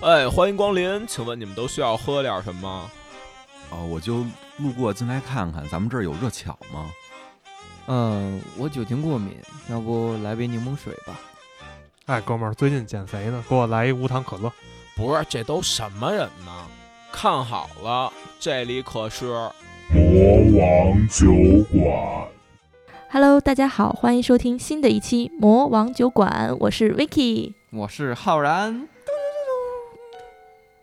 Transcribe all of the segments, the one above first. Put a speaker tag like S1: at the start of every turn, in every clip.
S1: 哎，欢迎光临，请问你们都需要喝点什么？
S2: 哦，我就路过进来看看，咱们这儿有热巧吗？
S3: 嗯，我酒精过敏，要不来杯柠檬水吧？
S4: 哎，哥们儿，最近减肥呢，给我来一无糖可乐。
S1: 不是，这都什么人呢？看好了，这里可是……
S5: 魔王酒馆，
S6: Hello，大家好，欢迎收听新的一期《魔王酒馆》，我是 Vicky，
S3: 我是浩然，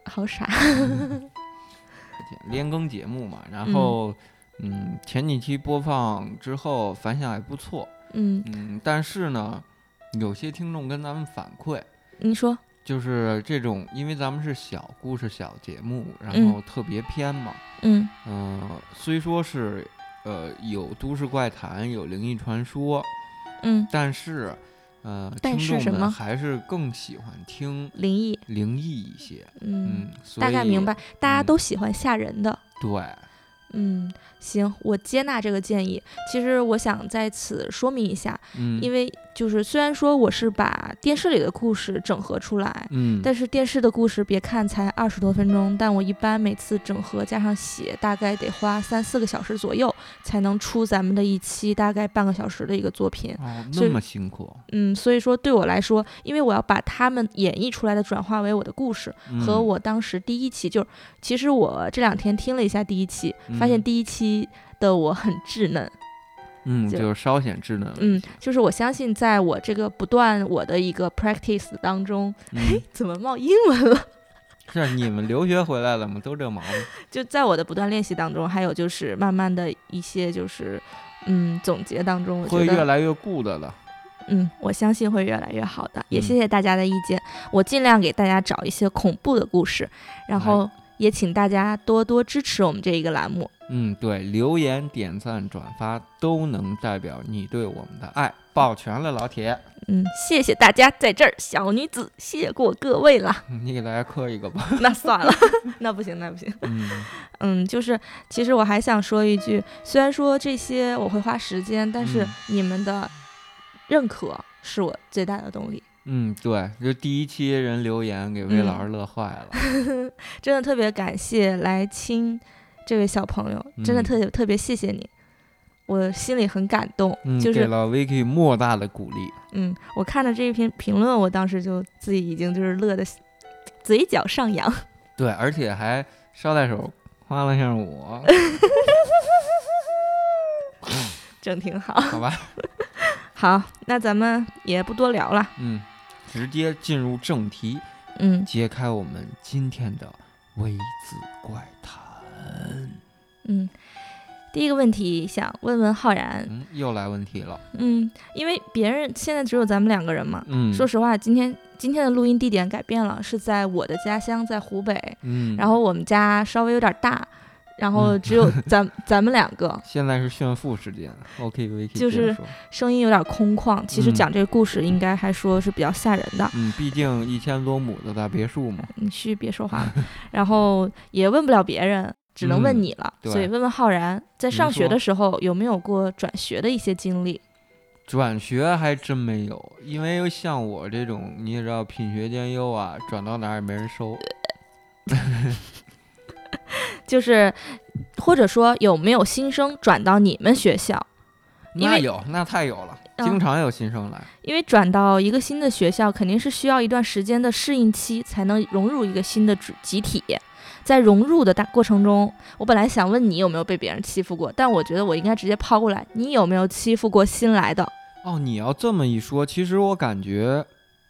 S6: 好傻，
S3: 连更节目嘛，然后嗯前几期播放之后反响还不错，
S6: 嗯，
S3: 嗯，但是呢，有些听众跟咱们反馈，
S6: 你说，
S3: 就是这种，因为咱们是小故事、小节目，然
S6: 嗯
S3: 后特别篇嘛，
S6: 嗯
S3: 嗯、虽说是呃有都市怪谈、有灵异传说，
S6: 嗯，
S3: 但是呃，
S6: 但
S3: 听
S6: 是什
S3: 众
S6: 么
S3: 们还是更喜欢听
S6: 灵异，
S3: 灵异一些，
S6: 嗯，
S3: 嗯，所
S6: 大概
S3: 以
S6: 明白，大家
S3: 嗯
S6: 都喜欢吓人的，
S3: 对，
S6: 嗯，行，我接纳这个建议。其实我想在此说明一下，
S3: 嗯，
S6: 因
S3: 为
S6: 为就是虽然说我是把电视里的故事整合出来，
S3: 嗯，
S6: 但是电视的故事别看才二十多分钟，但我一般每次整合加上写，大概得花三四个小时左右，才能出咱们的一期大概半个小时的一个作品。
S3: 哦，
S6: 所
S3: 那
S6: 以
S3: 么辛苦
S6: 嗯，所以说对我来说，因为我要把他们演绎出来的转化为我的故事，和
S3: 嗯
S6: 我当时第一期就是，其实我这两天听了一下第一期，发现
S3: 嗯
S6: 第一期的我很稚嫩。
S3: 嗯，
S6: 就
S3: 就是稍显稚嫩了一
S6: 嗯
S3: 些，，
S6: 就是我相信，在我这个不断我的一个 practice 当中，
S3: 嗯，
S6: 怎么冒英文了？
S3: 是你们留学回来了吗？都这毛病，
S6: 就在我的不断练习当中，还有就是慢慢的一些就是，嗯，总结当中，我觉
S3: 会越
S6: 得，
S3: 来越 good 了。
S6: 嗯，我相信会越来越好的。也
S3: 嗯
S6: 谢谢大家的意见，我尽量给大家找一些恐怖的故事，
S3: 哎
S6: 然后也请大家多多支持我们这一个栏目。
S3: 嗯，对，留言、点赞、转发都能代表你对我们的爱，抱拳了，老铁，
S6: 嗯，谢谢大家在这儿，小女子谢过各位了。
S3: 你给大家磕一个 吧。
S6: 那算了，那不行，那不行。
S3: 嗯
S6: 嗯，就是其实我还想说一句，虽然说这些我会花时间，但是
S3: 嗯
S6: 你们的认可是我最大的动力。
S3: 嗯，对，就第一期人留言给魏
S6: 嗯
S3: 老师乐坏了。
S6: 真的特别感谢来亲这位小朋友，真的
S3: 嗯
S6: 特别特别谢谢你，我心里很感动。
S3: 嗯，
S6: 就
S3: 给
S6: 是
S3: 了 Vicky 莫大的鼓励。
S6: 嗯，我看了这一篇评论，我当时就自己已经就是乐的 嘴角上扬。
S3: 对，而且还捎带手夸了一下 我，
S6: 整 挺好，
S3: 好吧？
S6: 好，那咱们也不多聊了。
S3: 嗯，直接进入正题，
S6: 嗯
S3: 揭开我们今天的微子怪谈。
S6: 嗯，第一个问题想问问浩然，
S3: 嗯，又来问题了。
S6: 嗯，因为别人现在只有咱们两个人嘛。
S3: 嗯，
S6: 说实话，今天今天的录音地点改变了，是在我的家乡，在湖北。
S3: 嗯，
S6: 然后我们家稍微有点大，然后
S3: 嗯
S6: 只有咱、咱们两个，
S3: 现在是炫富时间，OK Vicky
S6: 就
S3: 接着
S6: 是
S3: 说
S6: 声音有点空旷。其实
S3: 嗯
S6: 讲这个故事，应该还说是比较吓人的。
S3: 嗯，毕竟一千多亩的大别墅嘛，
S6: 你去别说话 了，然后也问不了别人，只能问
S3: 嗯
S6: 你了。
S3: 对
S6: 所以问问浩然，在
S3: 您
S6: 上学
S3: 说
S6: 的时候有没有过转学的一些经历？
S3: 转学还真没有，因为像我这种你也知道品学兼优啊，转到哪儿也没人收。
S6: 就是或者说有没有新生转到你们学校？因
S3: 那
S6: 为
S3: 有，那太有了，
S6: 嗯
S3: 经常有新生来。
S6: 因为转到一个新的学校，肯定是需要一段时间的适应期，才能融入一个新的集集体。在融入的大过程中，我本来想问你有没有被别人欺负过，但我觉得我应该直接抛过来，你有没有欺负过新来的？
S3: 哦，你要这么一说，其实我感觉，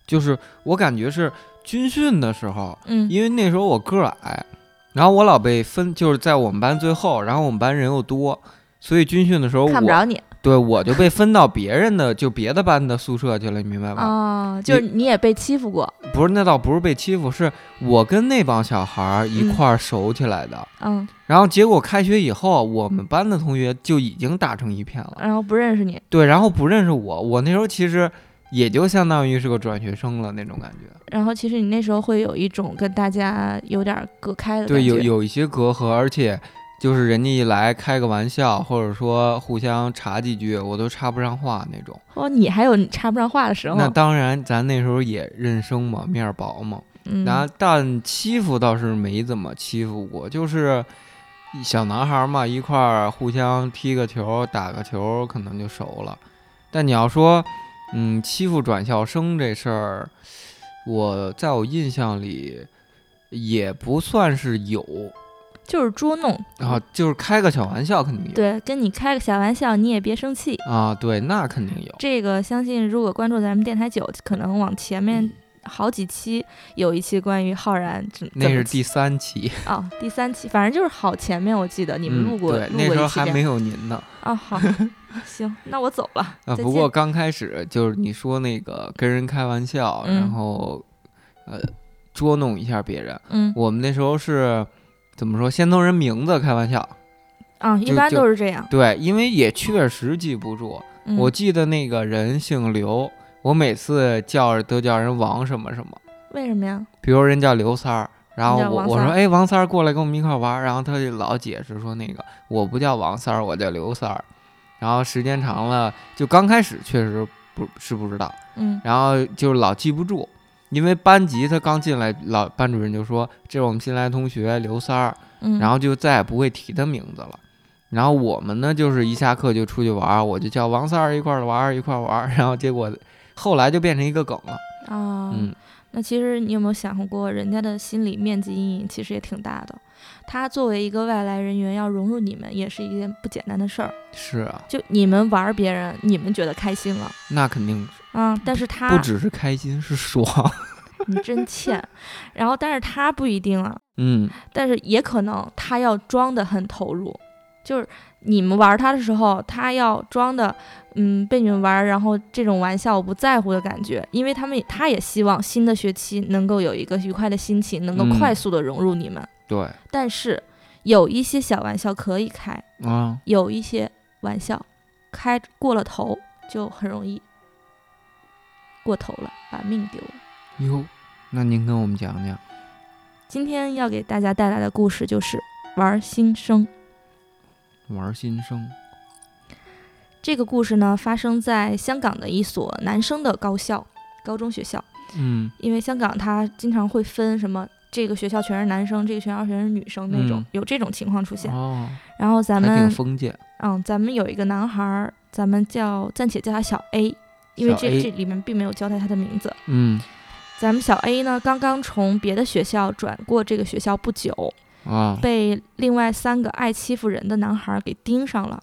S3: 就是我感觉是军训的时候，
S6: 嗯
S3: 因为那时候我个儿矮，然后我老被分，就是在我们班最后，然后我们班人又多，所以军训的时候我
S6: 看不着你
S3: 对，我就被分到别人的，就别的班的宿舍去了，你明白吗？
S6: 啊、就是你也被欺负过
S3: 不是，那倒不是被欺负，是我跟那帮小孩儿一
S6: 嗯
S3: 块儿熟起来的。
S6: 嗯，
S3: 然后结果开学以后，我们班的同学就已经打成一片了。
S6: 然后不认识你，
S3: 对，然后不认识我，我那时候其实也就相当于是个转学生了那种感觉。
S6: 然后其实你那时候会有一种跟大家有点隔开的感觉，
S3: 对，有有一些隔阂，而且就是人家一来开个玩笑，或者说互相插几句，我都插不上话那种。
S6: 哦，你还有插不上话的时候，
S3: 那当然，咱那时候也认生嘛，面儿薄嘛。
S6: 嗯
S3: 然后但欺负倒是没怎么欺负过，就是小男孩儿嘛，一块儿互相踢个球、打个球，可能就熟了。但你要说，嗯，欺负转校生这事儿，我在我印象里也不算是有，
S6: 就是捉弄，
S3: 然后就是开个小玩笑肯定有。
S6: 嗯对，跟你开个小玩笑，你也别生气。
S3: 啊，对，那肯定有。
S6: 这个相信如果关注咱们电台九，可能往前面
S3: 嗯
S6: 好几期有一期关于浩然怎，
S3: 那
S6: 怎
S3: 是
S6: 么
S3: 第三期，
S6: 哦第三期，反正就是好前面我记得你们
S3: 嗯
S6: 录过，
S3: 对，
S6: 录过
S3: 那时候
S6: 一期
S3: 还
S6: 这样
S3: 没有您呢。
S6: 啊好，行，那我走了
S3: 啊，
S6: 再
S3: 不
S6: 见
S3: 过刚开始就是你说那个跟人开玩笑，
S6: 嗯
S3: 然后呃捉弄一下别人。
S6: 嗯
S3: 我们那时候是怎么说？先从人名字开玩笑，
S6: 啊，一
S3: 就
S6: 般
S3: 就
S6: 都是这样。
S3: 对，因为也确实记不住。
S6: 嗯
S3: 我记得那个人姓刘，我每次叫都叫人王什么什么，
S6: 为什么呀？
S3: 比如人叫刘三儿。然后
S6: 你叫
S3: 我
S6: 王
S3: 我
S6: 三
S3: 说
S6: 儿
S3: 哎王三儿过来跟我们一块儿玩儿，然后他就老解释说那个我不叫王三儿，我叫刘三儿。然后时间长了，就刚开始确实不是不知道，
S6: 嗯
S3: 然后就是老记不住，因为班级他刚进来，老班主任就说这是我们新来同学刘三儿，
S6: 嗯，
S3: 然后就再也不会提他名字了。然后我们呢，就是一下课就出去玩儿，我就叫王三儿一块儿玩儿，一块儿玩儿，然后结果后来就变成一个梗了。
S6: 啊，
S3: 嗯，
S6: 那其实你有没有想过，人家的心理面积阴影其实也挺大的。他作为一个外来人员，要融入你们，也是一件不简单的事儿。
S3: 是啊，
S6: 就你们玩儿别人，你们觉得开心了
S3: 那肯定
S6: 啊、但是他
S3: 不只是开心，是爽。
S6: 你真欠。然后，但是他不一定啊，
S3: 嗯，
S6: 但是也可能他要装的很投入，就是你们玩他的时候，他要装的，嗯，被你们玩，然后这种玩笑我不在乎的感觉，因为他们他也希望新的学期能够有一个愉快的心情，能够
S3: 嗯
S6: 快速的融入你们。
S3: 对
S6: 但是有一些小玩笑可以开，
S3: 啊，
S6: 有一些玩笑开过了头就很容易过头了，把命丢了。
S3: 哟，那您跟我们讲讲，
S6: 今天要给大家带来的故事就是玩新生。
S3: 玩儿新生，
S6: 这个故事呢，发生在香港的一所男生的高校高中学校，
S3: 嗯，
S6: 因为香港它经常会分什么。这个学校全是男生，这个学校全是女生，那种、
S3: 嗯
S6: 有这种情况出现。
S3: 哦，
S6: 然后咱
S3: 还挺
S6: 们，
S3: 封建，
S6: 嗯，咱们有一个男孩儿，咱们叫暂且叫他小 A，因为
S3: 小
S6: 这
S3: A
S6: 这里面并没有交代他的名字。
S3: 嗯
S6: 咱们小 A 呢，刚刚从别的学校转过这个学校不久，
S3: 啊，
S6: 被另外三个爱欺负人的男孩儿给盯上了。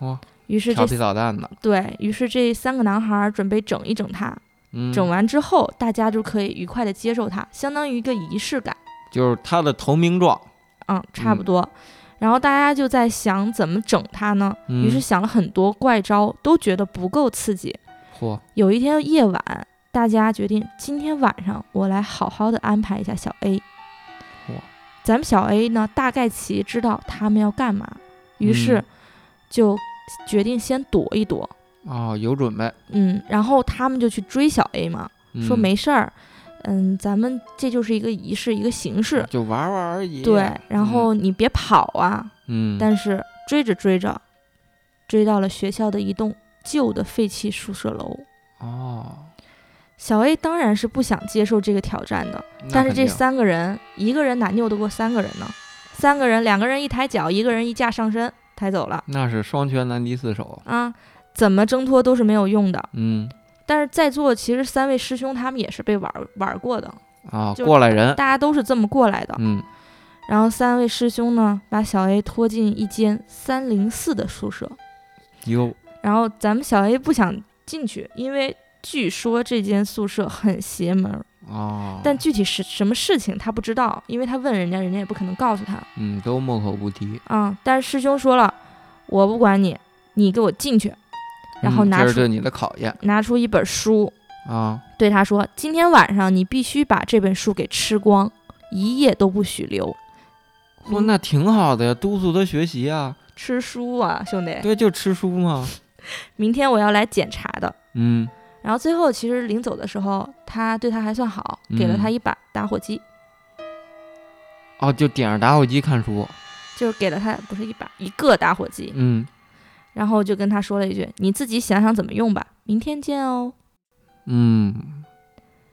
S3: 哇！
S6: 于是
S3: 调
S6: 这
S3: 皮捣蛋的，
S6: 对于是这三个男孩儿准备整一整他，
S3: 嗯，
S6: 整完之后大家就可以愉快的接受他，相当于一个仪式感，
S3: 就是他的投名状，
S6: 嗯，差不多。然后大家就在想怎么整他呢？
S3: 嗯
S6: 于是想了很多怪招，都觉得不够刺激。
S3: 嚯，
S6: 有一天夜晚，大家决定今天晚上我来好好的安排一下小 A。
S3: 哇
S6: 咱们小 A 呢，大概其知道他们要干嘛，于是
S3: 嗯
S6: 就决定先躲一躲。
S3: 哦，有准备，
S6: 嗯，然后他们就去追小 A 嘛，说
S3: 嗯
S6: 没事儿，嗯，咱们这就是一个仪式，一个形式，
S3: 就玩玩而已，
S6: 对。然后你别跑啊！
S3: 嗯，嗯
S6: 但是追着追着，追到了学校的一栋旧的废弃宿舍楼。
S3: 哦，
S6: 小 A 当然是不想接受这个挑战的，
S3: 那
S6: 但是
S3: 肯
S6: 这
S3: 定啊
S6: 三个人，一个人哪拗得过三个人呢？三个人，两个人一抬脚，一个人一架上身，抬走了
S3: 那是双拳难敌四手，
S6: 啊！怎么挣脱都是没有用的。
S3: 嗯
S6: 但是在座其实三位师兄他们也是被玩玩过的，
S3: 啊，
S6: 就
S3: 过来人，
S6: 大家都是这么过来的。
S3: 嗯，
S6: 然后三位师兄呢，把小 A 拖进一间三零四的宿舍，
S3: 哟，
S6: 然后咱们小 A 不想进去，因为据说这间宿舍很邪门儿，
S3: 哦，
S6: 但具体是什么事情他不知道，因为他问人家，人家也不可能告诉他
S3: 嗯，都莫口不提，
S6: 啊、但是师兄说了，我不管你，你给我进去，然后
S3: 嗯
S6: 拿
S3: 这
S6: 出
S3: 是对你的考验
S6: 拿出一本书，
S3: 啊，
S6: 对他说，今天晚上你必须把这本书给吃光，一夜都不许留。嗯
S3: 嚯，哦那挺好的呀，督促他学习啊，
S6: 吃书啊，兄弟！
S3: 对，就吃书嘛，
S6: 明天我要来检查的。
S3: 嗯，
S6: 然后最后其实临走的时候，他对他还算好，给了他
S3: 嗯
S6: 一把打火机，
S3: 哦，就点着打火机看书，
S6: 就是给了他不是一把一个打火机，
S3: 嗯
S6: 然后就跟他说了一句：“你自己想想怎么用吧，明天见哦。
S3: 嗯，”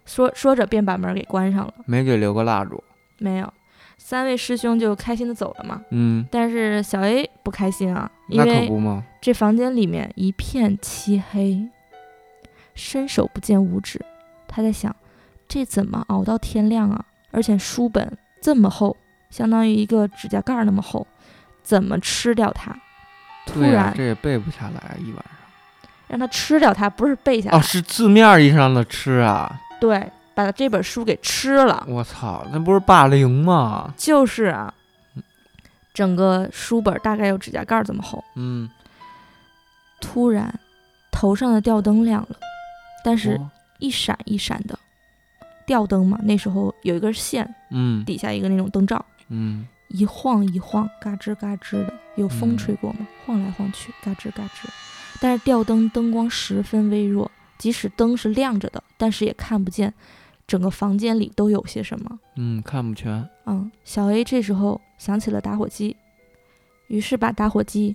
S6: 说说着便把门给关上了。
S3: 没给留个蜡烛。
S6: 没有，三位师兄就开心的走了嘛。
S3: 嗯，
S6: 但是小 A 不开心啊，因
S3: 那可
S6: 为
S3: 不嘛。
S6: 这房间里面一片漆黑，伸手不见五指。他在想，这怎么熬到天亮啊？而且书本这么厚，相当于一个指甲盖儿那么厚，怎么吃掉它？突
S3: 对呀、
S6: 然
S3: 这也背不下来一晚上。
S6: 让它吃掉它，不是背下来，
S3: 哦，是字面意义上的吃啊！
S6: 对，把这本书给吃了。
S3: 我操，那不是霸凌吗？
S6: 就是啊，整个书本大概有指甲盖儿这么厚。
S3: 嗯，
S6: 突然，头上的吊灯亮了，但是
S3: 哦
S6: 一闪一闪的。吊灯嘛，那时候有一根线，
S3: 嗯
S6: 底下一个那种灯罩，
S3: 嗯，
S6: 一晃一晃，嘎吱嘎吱的，有风
S3: 嗯
S6: 吹过嘛，晃来晃去，嘎吱嘎吱。但是吊灯灯光十分微弱，即使灯是亮着的，但是也看不见整个房间里都有些什么。
S3: 嗯，看不全。
S6: 嗯，小 A 这时候想起了打火机，于是把打火机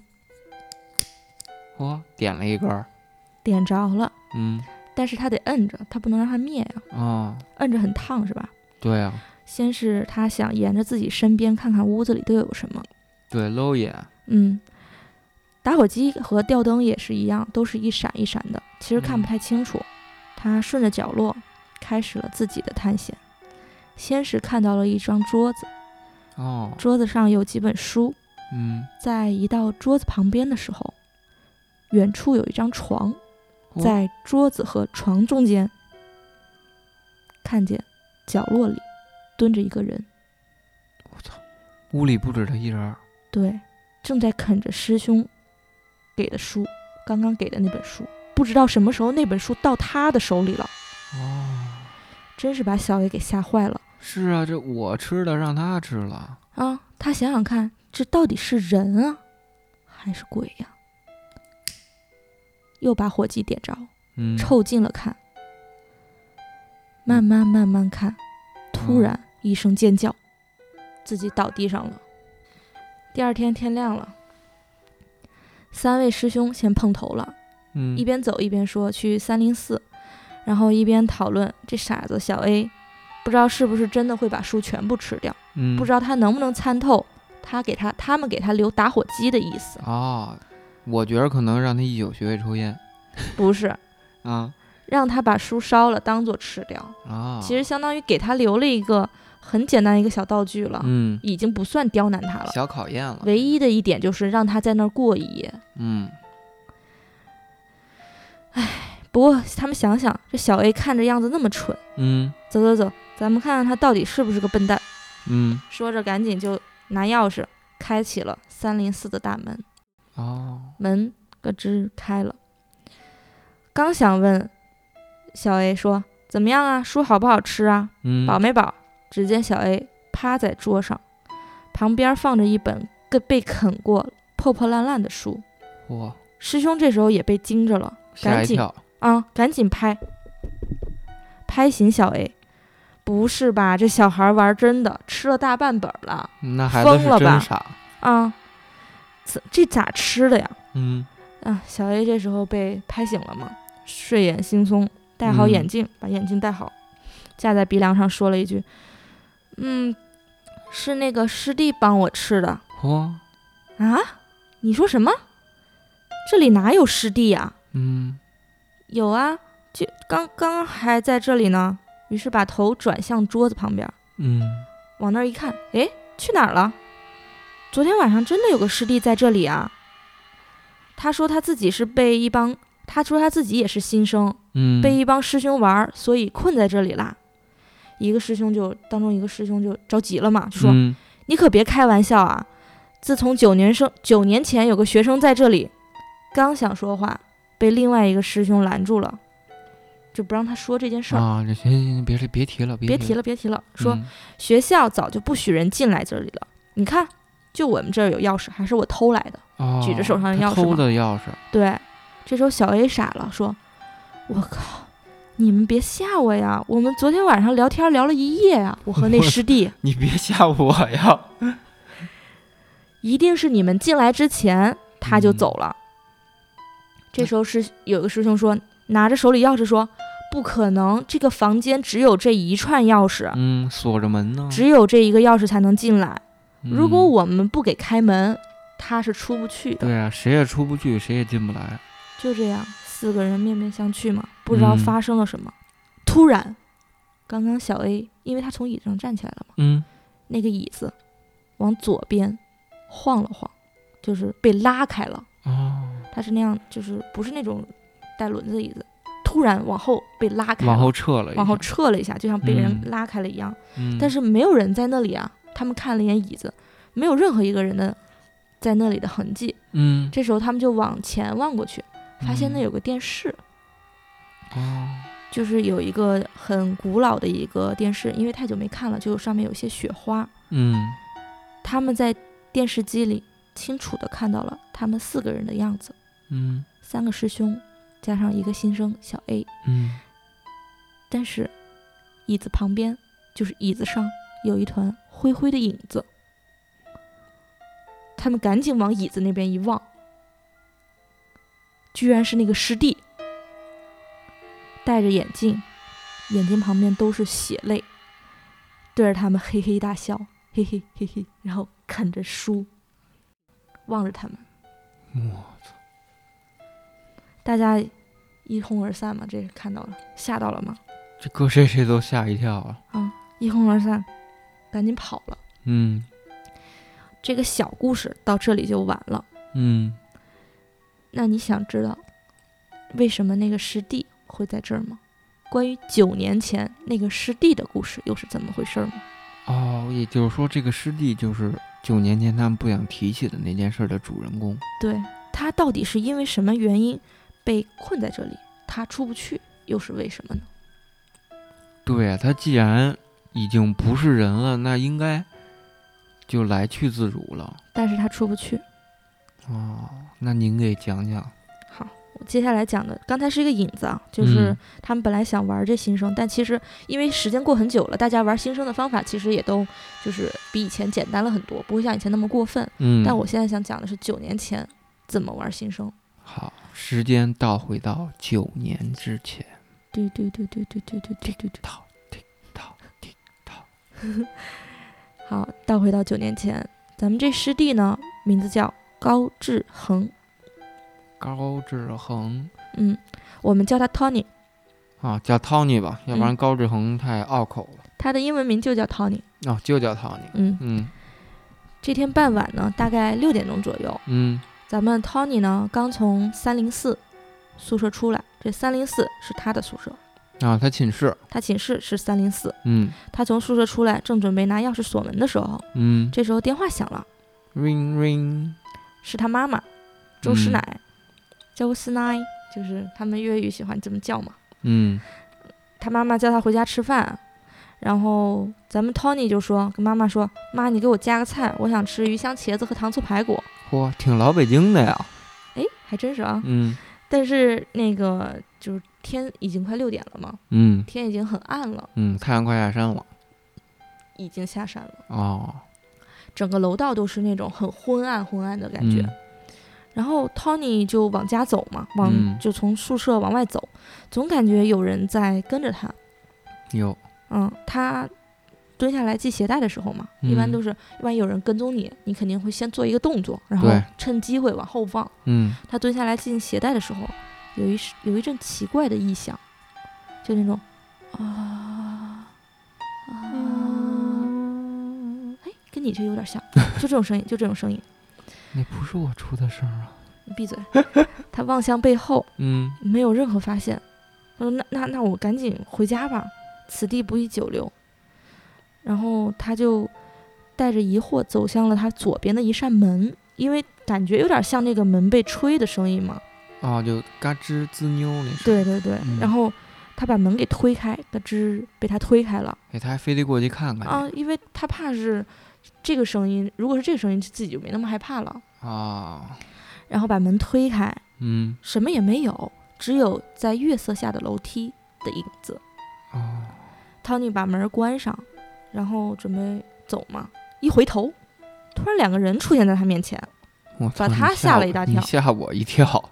S3: 哦，点了一根儿。
S6: 点着了，
S3: 嗯，
S6: 但是他得摁着，他不能让它灭呀、
S3: 哦，
S6: 摁着很烫是吧？
S3: 对啊呀、
S6: 先是他想沿着自己身边看看屋子里都有什么，
S3: 对，搂眼。
S6: 嗯，打火机和吊灯也是一样，都是一闪一闪的，其实看
S3: 嗯
S6: 不太清楚。他顺着角落开始了自己的探险，先是看到了一张桌子，
S3: 哦，
S6: 桌子上有几本书，
S3: 嗯，
S6: 在移到桌子旁边的时候，远处有一张床，
S3: 哦
S6: 在桌子和床中间，看见角落里蹲着一个人，
S3: 屋里不止他一人儿。
S6: 对，正在啃着师兄给的书，刚刚给的那本书，不知道什么时候那本书到他的手里了，
S3: 哦，
S6: 真是把小伟给吓坏了
S3: 是啊，这我吃的让他吃了。
S6: 啊！他想想看，这到底是人啊，还是鬼呀、又把火机点着，
S3: 嗯，
S6: 凑近了看，慢慢慢慢看，突然
S3: 嗯
S6: 一声尖叫，自己倒地上了。第二天天亮了，三位师兄先碰头了，
S3: 嗯，
S6: 一边走一边说去三零四，然后一边讨论这傻子小 A，不知道是不是真的会把书全部吃掉，
S3: 嗯
S6: 不知道他能不能参透他给他他们给他留打火机的意思，
S3: 哦，我觉得可能让他一宿学会抽烟
S6: 不是
S3: 啊
S6: 让他把书烧了当做吃掉。
S3: 啊。
S6: 其实相当于给他留了一个很简单一个小道具了，
S3: 嗯，
S6: 已经不算刁难他了。
S3: 小考验了。
S6: 唯一的一点就是让他在那儿过一夜。
S3: 嗯，
S6: 不过他们想想，这小 A 看着样子那么蠢，
S3: 嗯
S6: 走走走，咱们看看他到底是不是个笨蛋。
S3: 嗯，
S6: 说着，赶紧就拿钥匙开启了三零四的大门，
S3: 哦，
S6: 门咯吱开了。刚想问小 A 说怎么样啊，书好不好吃啊？
S3: 嗯，
S6: 饱没饱？只见小 A 趴在桌上，旁边放着一本个被啃过、破破烂烂的书。
S3: 哇，
S6: 师兄这时候也被惊着了，
S3: 吓
S6: 赶
S3: 一
S6: 紧
S3: 跳。
S6: 啊、赶紧拍，拍醒小 A。不是吧？这小孩玩真的，吃了大半本儿了
S3: 那孩子
S6: 疯
S3: 是
S6: 了吧
S3: 真傻。
S6: 啊！这这咋吃的呀？
S3: 嗯
S6: 啊，小 A 这时候被拍醒了嘛，睡眼惺忪，戴好眼
S3: 嗯
S6: 镜，把眼镜戴好，架在鼻梁上说了一句：“嗯，是那个师弟帮我吃的
S3: 哇，
S6: 啊。”你说什么？这里哪有师弟呀、
S3: 嗯
S6: 有啊，就刚刚还在这里呢。于是把头转向桌子旁边，
S3: 嗯，
S6: 往那儿一看，诶，去哪儿了？昨天晚上真的有个师弟在这里啊。他说他自己是被一帮，他说他自己也是新生，
S3: 嗯，
S6: 被一帮师兄玩儿，所以困在这里啦。一个师兄就当中一个师兄就着急了嘛，就说：“
S3: 嗯
S6: 你可别开玩笑啊！自从九年生九年前有个学生在这里，刚想说话，被另外一个师兄拦住了，就不让他说这件事儿。
S3: 啊，嗯这行行行，别提别提了，
S6: 别
S3: 别
S6: 提
S3: 了。
S6: 了，别提了，说、
S3: 嗯
S6: 学校早就不许人进来这里了。你看，就我们这儿有钥匙，还是我偷来的。
S3: 哦，
S6: 举着手上的
S3: 他
S6: 钥匙
S3: 偷
S6: 嘛
S3: 的钥匙。
S6: 对，这时候小 A 傻了，说：“我靠，你们别吓我呀！我们昨天晚上聊天聊了一夜 啊，我和那师弟，
S3: 你别吓我呀！
S6: 一定是你们进来之前他就
S3: 嗯
S6: 走了。这时候师有个师兄说，拿着手里钥匙说：“不可能，这个房间只有这一串钥匙，
S3: 嗯，锁着门呢。
S6: 只有这一个钥匙才能进来。如果
S3: 嗯
S6: 我们不给开门，他是出不去的。
S3: 对啊，谁也出不去，谁也进不来。
S6: 就这样，四个人面面相觑嘛，不知道
S3: 嗯
S6: 发生了什么。突然，刚刚小 A，因为他从椅子上站起来了嘛，
S3: 嗯，
S6: 那个椅子往左边晃了晃，就是被拉开了。
S3: 哦，
S6: 他是那样，就是不是那种带轮子的椅子，突然往后被拉开了，
S3: 往后撤了一下，
S6: 往后撤了一下，就像被人
S3: 嗯
S6: 拉开了一样。
S3: 嗯，
S6: 但是没有人在那里啊，他们看了一眼椅子，没有任何一个人的在那里的痕迹。
S3: 嗯，
S6: 这时候他们就往前望过去，发现那有个电视，
S3: 哦，
S6: 就是有一个很古老的一个电视，因为太久没看了，就上面有一些雪花。
S3: 嗯，
S6: 他们在电视机里清楚的看到了他们四个人的样子，
S3: 嗯，
S6: 三个师兄加上一个新生小 A，
S3: 嗯，
S6: 但是椅子旁边就是椅子上有一团灰灰的影子。他们赶紧往椅子那边一望，居然是那个师弟，戴着眼镜，眼睛旁边都是血泪，对着他们嘿嘿大笑，嘿嘿嘿嘿，然后啃着书，望着他们，
S3: 我
S6: 大家一哄而散嘛，这看到了，吓到了吗？
S3: 这搁谁谁都吓一跳啊。
S6: 一哄而散，赶紧跑了。
S3: 嗯
S6: 这个小故事到这里就完了。
S3: 嗯，
S6: 那你想知道为什么那个师弟会在这儿吗？关于九年前那个师弟的故事又是怎么回事儿吗？
S3: 哦，也就是说，这个师弟就是九年前他们不想提起的那件事的主人公。
S6: 对他到底是因为什么原因被困在这里？他出不去，又是为什么呢？
S3: 对啊，他既然已经不是人了，那应该就来去自如了。
S6: 但是他出不去。
S3: 哦，那您给讲讲。
S6: 好，我接下来讲的刚才是一个引子啊，就是
S3: 嗯
S6: 他们本来想玩这新生，但其实因为时间过很久了，大家玩新生的方法其实也都就是比以前简单了很多，不会像以前那么过分。
S3: 嗯，
S6: 但我现在想讲的是九年前怎么玩新生。
S3: 好，时间倒回到九年之前。
S6: 对对对对对对对对对对。
S3: 套听套听套。
S6: 好，倒回到九年前，咱们这师弟呢，名字叫高志恒，
S3: 高志恒
S6: 嗯，我们叫他 Tony，
S3: 啊，叫 Tony 吧，要不
S6: 嗯
S3: 然高志恒太拗口了。
S6: 他的英文名就叫 Tony，
S3: 哦，就叫 Tony。
S6: 嗯。
S3: 嗯
S6: 这天傍晚呢，大概六点钟左右，
S3: 嗯
S6: 咱们 Tony 呢刚从三零四宿舍出来，这三零四是他的宿舍，
S3: 啊，他寝室。
S6: 他寝室是三零四。
S3: 嗯
S6: 他从宿舍出来，正准备拿钥匙锁门的时候，
S3: 嗯
S6: 这时候电话响了，
S3: ，ring ring。
S6: 是他妈妈周师
S3: 嗯
S6: 奶，周师奶就是他们粤语喜欢这么叫嘛。
S3: 嗯
S6: 他妈妈叫他回家吃饭，然后咱们 Tony 就说跟妈妈说：“妈，你给我加个菜，我想吃鱼香茄子和糖醋排骨。
S3: 嚯，挺老北京的呀。”
S6: 哎，还真是啊。
S3: 嗯
S6: 但是那个就是天已经快六点了嘛，
S3: 嗯
S6: 天已经很暗了，
S3: 嗯，太阳快下山了。
S6: 已经下山了，
S3: 哦，
S6: 整个楼道都是那种很昏暗昏暗的感觉。
S3: 嗯
S6: 然后 Tony 就往家走嘛，往、
S3: 嗯
S6: 就从宿舍往外走，总感觉有人在跟着他。
S3: 有。
S6: 嗯，他蹲下来系鞋带的时候嘛，一般
S3: 嗯
S6: 都是一般有人跟踪你，你肯定会先做一个动作，然后
S3: 对
S6: 趁机会往后望。
S3: 嗯
S6: 他蹲下来系鞋带的时候，有一时有一阵奇怪的异响，就那种啊啊，哎，跟你这有点像，就这种声音，就这种声音。
S3: 那不是我出的声儿啊。
S6: 你闭嘴！他望向背后，
S3: 嗯
S6: 没有任何发现。他说：“那那那我赶紧回家吧，此地不宜久留。”然后他就带着疑惑走向了他左边的一扇门，因为感觉有点像那个门被吹的声音嘛。
S3: 哦，就嘎吱滋妞那声。
S6: 对。对对，
S3: 嗯
S6: 然后他把门给推开，咯吱被他推开了
S3: 哎，他还非得过去看看
S6: 啊，因为他怕是这个声音，如果是这个声音，自己就没那么害怕了。
S3: 去。啊。
S6: 然后把门推开，
S3: 嗯
S6: 什么也没有，只有在月色下的楼梯的影子。
S3: 哦。
S6: 汤尼把门关上，然后准备走嘛，一回头，突然两个人出现在他面前，
S3: 我操
S6: 把
S3: 你
S6: 他
S3: 吓
S6: 吓了
S3: 我
S6: 一大
S3: 你
S6: 跳
S3: 吓我一跳。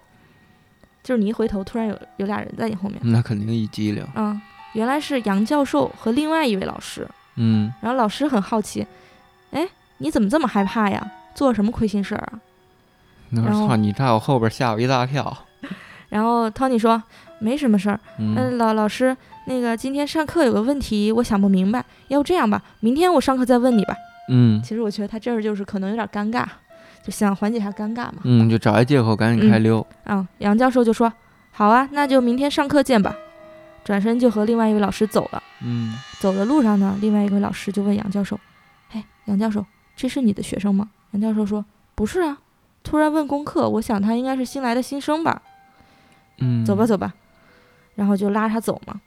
S6: 就是你一回头，突然有有俩人在你后面。
S3: 那肯定一激灵。
S6: 嗯，原来是杨教授和另外一位老师。
S3: 嗯，
S6: 然后老师很好奇，哎，你怎么这么害怕呀？做什么亏心事儿啊？
S3: 嗯那
S6: 然后
S3: 操你在我后边吓我一大跳。
S6: 然后 Tony 说没什么事儿。嗯，
S3: 嗯，
S6: 老老师，那个今天上课有个问题我想不明白，要不这样吧，明天我上课再问你吧。
S3: 嗯
S6: 其实我觉得他这儿就是可能有点尴尬，就想缓解一下尴尬嘛。
S3: 嗯，就找一借口赶紧开溜。
S6: 啊，杨教授就说好啊，那就明天上课见吧。转身就和另外一位老师走了。
S3: 嗯，
S6: 走的路上呢，另外一位老师就问杨教授：“哎，杨教授，这是你的学生吗？”杨教授说：“不是啊。”突然问功课，我想他应该是新来的新生吧。
S3: 嗯，
S6: 走吧，走吧，然后就拉着他走嘛。